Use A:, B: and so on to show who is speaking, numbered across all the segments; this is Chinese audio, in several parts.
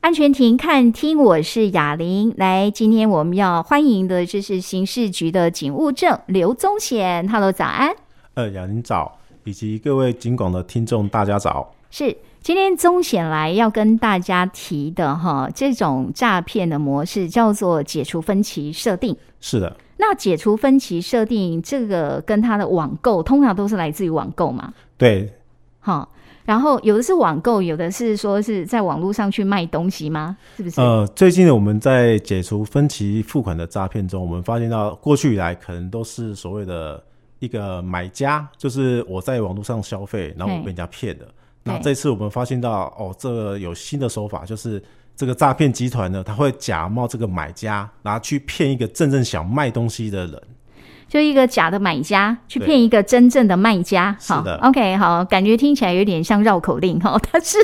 A: 安全亭看听，我是雅玲。来，今天我们要欢迎的这是刑事局的警务证刘宗显。Hello，早安。
B: 呃，雅玲早，以及各位警广的听众，大家早。
A: 是，今天宗显来要跟大家提的哈，这种诈骗的模式叫做解除分歧设定。
B: 是的，
A: 那解除分歧设定这个跟它的网购，通常都是来自于网购嘛？
B: 对，
A: 哈，然后有的是网购，有的是说是在网络上去卖东西吗？是不是？
B: 呃，最近呢，我们在解除分期付款的诈骗中，我们发现到过去以来可能都是所谓的一个买家，就是我在网络上消费，然后我
A: 嘿
B: 被人家骗了。那
A: 对
B: 这次我们发现到，哦，这个有新的手法，就是这个诈骗集团呢，他会假冒这个买家，然后去骗一个真正想卖东西的人。
A: 就一个假的买家去
B: 对
A: 骗一个真正的卖家，
B: 是
A: 好
B: 的
A: o k 好，感觉听起来有点像绕口令哈、 但是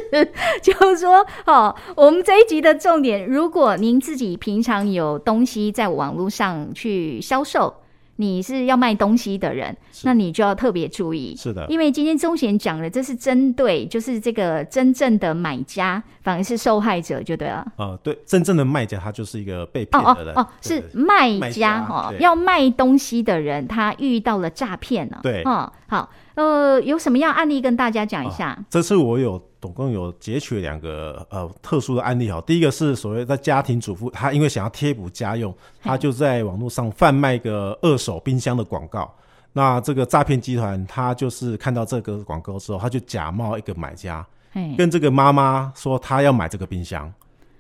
A: 就是说，哦，我们这一集的重点，如果您自己平常有东西在网络上去销售，你是要卖东西的人，
B: 是
A: 那你就要特别注意。
B: 是的，
A: 因为今天钟贤讲的，这是针对就是这个真正的买家，反而是受害者就对了。
B: 呃，对，真正的卖家他就是一个被
A: 哦
B: 骗
A: 哦
B: 的人。
A: 哦，
B: 对
A: 是
B: 对
A: 卖
B: 卖
A: 家
B: 家
A: 哦，
B: 对
A: 要卖东西的人他遇到了诈骗了。
B: 对
A: 哦，好，呃，有什么样案例跟大家讲一下？
B: 这次我有总共有截取两个呃特殊的案例哈。第一个是所谓的家庭主妇，她因为想要贴补家用，她就在网络上贩卖一个二手冰箱的广告。那这个诈骗集团，他就是看到这个广告之后，他就假冒一个买家，
A: 嘿，
B: 跟这个妈妈说他要买这个冰箱，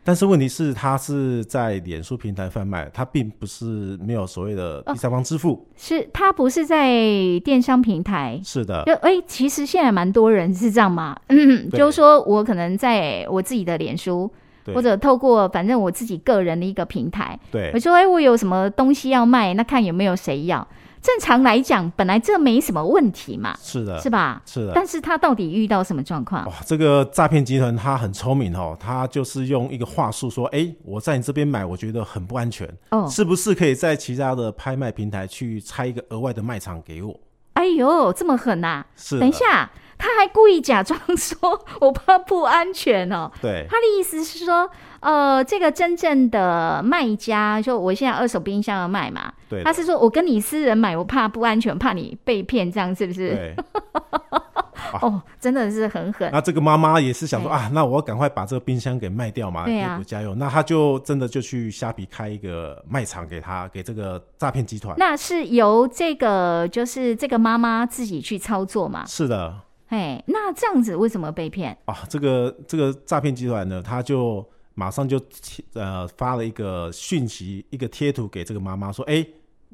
B: 但是问题是他是在脸书平台贩卖，他并不是没有所谓的
A: 哦
B: 第三方支付。
A: 是他不是在电商平台？
B: 是的，
A: 就哎、其实现在蛮多人是这样嘛，嗯，
B: 呃对
A: 就是说我可能在我自己的脸书，
B: 对
A: 或者透过反正我自己个人的一个平台，
B: 对
A: 我，说哎、我有什么东西要卖，那看有没有谁要。正常来讲，本来这没什么问题嘛，
B: 是的，
A: 是吧？
B: 是的。
A: 但是他到底遇到什么状况？
B: 哇，这个诈骗集团他很聪明哦，他就是用一个话术说，哎、我在你这边买，我觉得很不安全，
A: 哦，
B: 是不是可以在其他的拍卖平台去拆一个额外的卖场给我？
A: 哎呦，这么狠呐、啊
B: 是，啊
A: 等一，下，他还故意假装说我怕不安全哦。
B: 对，
A: 他的意思是说，呃，这个真正的卖家，就我现在二手冰箱要卖嘛，
B: 对的，
A: 他是说我跟你私人买，我怕不安全，怕你被骗，这样是不是？
B: 对。啊
A: 哦，真的是很狠。
B: 那这个妈妈也是想说
A: 对
B: 啊，那我要赶快把这个冰箱给卖掉嘛，
A: 对
B: 贴
A: 啊
B: 补家用。那他就真的就去虾皮开一个卖场给他，给这个诈骗集团。
A: 那是由这个就是这个妈妈自己去操作嘛？
B: 是的，
A: 哎，那这样子为什么被骗？
B: 啊，这个这个诈骗集团呢，他就马上就贴呃发了一个讯息，一个贴图给这个妈妈说，哎、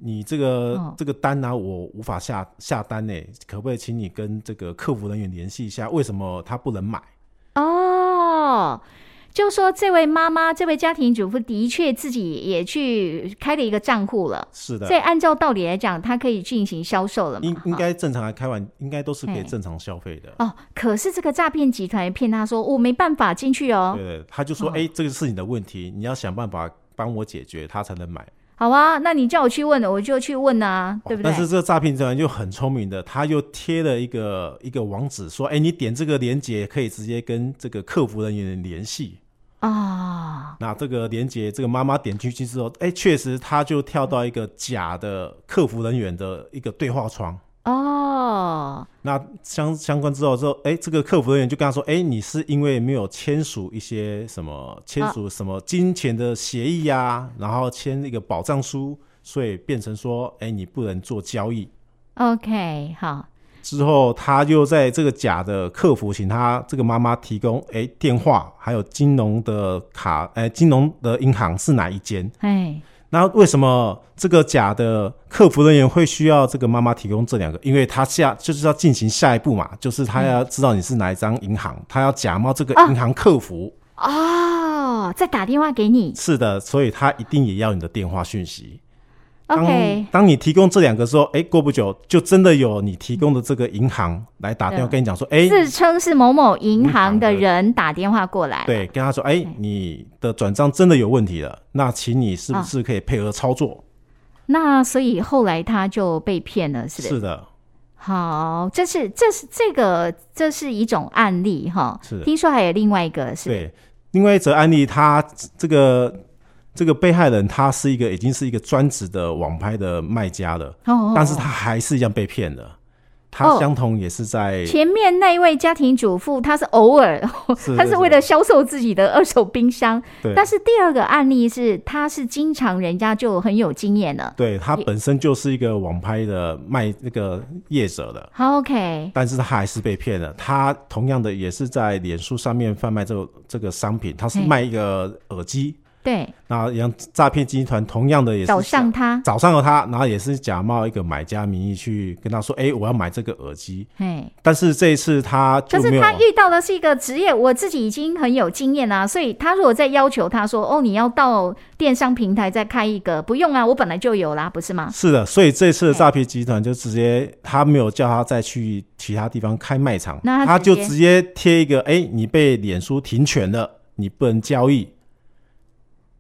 B: 你这个、
A: 哦
B: 这个单呢、啊我无法下下单呢、可不可以请你跟这个客服人员联系一下，为什么他不能买？
A: 哦，就说这位妈妈，这位家庭主妇的确自己也去开了一个账户了，
B: 是的
A: 所以，按照道理来讲，她可以进行销售了嘛？
B: 应
A: 哈嗯
B: 应该正常来开完，应该都是可以
A: 嘿
B: 正常消费的。
A: 哦，可是这个诈骗集团骗她说我哦没办法进去哦，
B: 对对，他就说，
A: 哦
B: 哎、这个是你的问题，你要想办法帮我解决，他才能买。
A: 好啊，那你叫我去问，我就去问啊，对不对？
B: 哦但是这个诈骗集团又很聪明的，他又贴了一个一个网址，说：“哎、你点这个链接可以直接跟这个客服人员联系。
A: 啊、”
B: 那这个链接，这个妈妈点进去之后，哎、确实他就跳到一个假的客服人员的一个对话窗。
A: 哦，哦，
B: 那相相关之后之后，哎、这个客服人员就跟他说：“哎、你是因为没有签署一些什么签
A: 啊
B: 署什么金钱的协议呀、然后签那个保障书，所以变成说，哎、你不能做交易。”
A: OK，好，
B: 之后，他又在这个假的客服，请他这个妈妈提供诶电话，还有金融的卡，诶金融的银行是哪一间？
A: 哎，
B: 那为什么这个假的客服人员会需要这个妈妈提供这两个？因为他下就是要进行下一步嘛，就是他要知道你是哪一张银行，他要假冒这
A: 啊
B: 个银行客服。
A: 哦，再打电话给你
B: 是的，所以他一定也要你的电话讯息。当
A: ，OK，
B: 当你提供这两个之后，诶，过不久就真的有你提供的这个银行来打电话
A: 对
B: 跟你讲说，诶。
A: 自称嗯是某某银
B: 银
A: 行
B: 行
A: 的
B: 的
A: 人打电话过来，
B: 对，跟他说，哎、你的转账真的有问题了，那请你是不
A: 啊
B: 是可以配合操作？
A: 那所以后来他就被骗了，是不是？
B: 的，
A: 好，这是这是这个这是一种案例哈。
B: 是
A: 听说还有另外一个是
B: 对。另外一则案例，他这个这个被害人他是一个已经是一个专职的网拍的卖家了，
A: 哦，
B: 但是他还是一样被骗了。他
A: 哦
B: 相同也是在
A: 前面那一位家庭主妇，她是偶尔，
B: 是
A: 她是为了销售自己的二手冰箱。
B: 对
A: 但是第二个案例是，她是经常人家就很有经验了。
B: 对他本身就是一个网拍的卖那个业者的，
A: 好 OK，
B: 但是他还是被骗了。他同样的也是在脸书上面贩卖这个这个商品，他是
A: 嘿
B: 卖一个耳机，
A: 对，
B: 那让诈骗集团同样的也是
A: 找上
B: 想
A: 她，
B: 找上了他，然后也是假冒一个买家名义去跟他说，哎、我要买这个耳机，
A: 哎，
B: 但是这一次他就
A: 可
B: 没
A: 是
B: 有
A: 她遇到的是一个职业，我自己已经很有经验啦、所以她如果再要求她说，哦，你要到电商平台再开一个，不用啊，我本来就有啦，不是吗？
B: 是的，所以这次的诈骗集
A: 哎
B: 团就直接，他没有叫他再去其他地方开卖场，
A: 那他
B: 他就
A: 直接
B: 直接贴一个，哎、你被脸书停权了，你不能交易。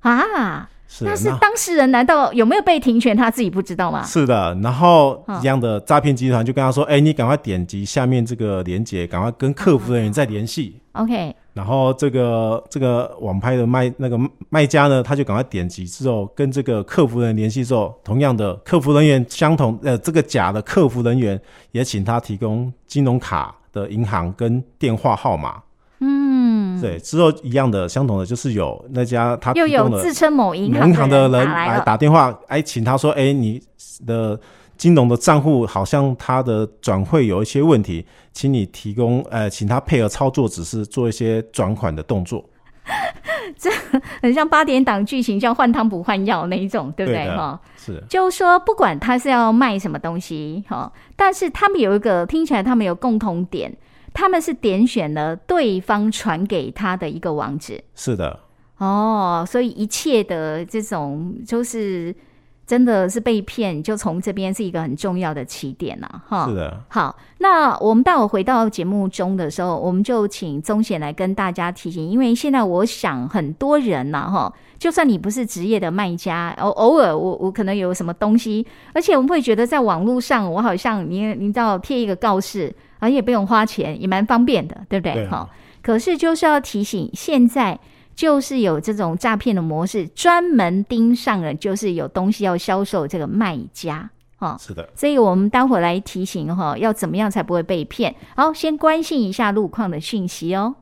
A: 啊，
B: 是的
A: 那是当事人难道有没有被停权，她自己不知道吗？
B: 是的，然后
A: 嗯
B: 一样的诈骗集团就跟他说，哎、你赶快点击下面这个链接，赶快跟客服人员再联系。
A: OK，
B: 然后这个这个网拍的卖那个卖家呢，他就赶快点击之后跟这个客服人联系之后，同样的客服人员相同呃这个假的客服人员也请他提供金融卡的银行跟电话号码。嗯，对，之后一样的相同的就是有那家他
A: 又
B: 提
A: 有
B: 供了
A: 自称某银
B: 银行的人
A: 人打来
B: 来
A: 了。
B: 打电话，哎，请他说，哎，你的金融的账户好像他的转汇有一些问题，请你提供，呃，请他配合操作指示做一些转款的动作。
A: 很像八点档剧情，像换汤不换药那一种，对不对？
B: 对的
A: 哈，
B: 是
A: 就是说不管他是要卖什么东西，哈，但是他们有一个听起来他们有共同点，他们是点选了对方传给他的一个网址
B: 是的，
A: 哦，所以一切的这种就是真的是被骗，就从这边是一个很重要的起点呐、哈。
B: 是的，
A: 好，那我们待会回到节目中的时候，我们就请宗贤来跟大家提醒，因为现在我想很多人呐、哈，就算你不是职业的卖家，偶偶尔我我可能有什么东西，而且我们会觉得在网络上，我好像你你知道贴一个告示，而且不用花钱，也蛮方便的，对不对？
B: 对啊
A: 哈可是就是要提醒，现在就是有这种诈骗的模式，专门盯上了就是有东西要销售这个卖家，哈、
B: 是的，
A: 所以我们待会儿来提醒哈，要怎么样才不会被骗？好，先关心一下路况的讯息哦。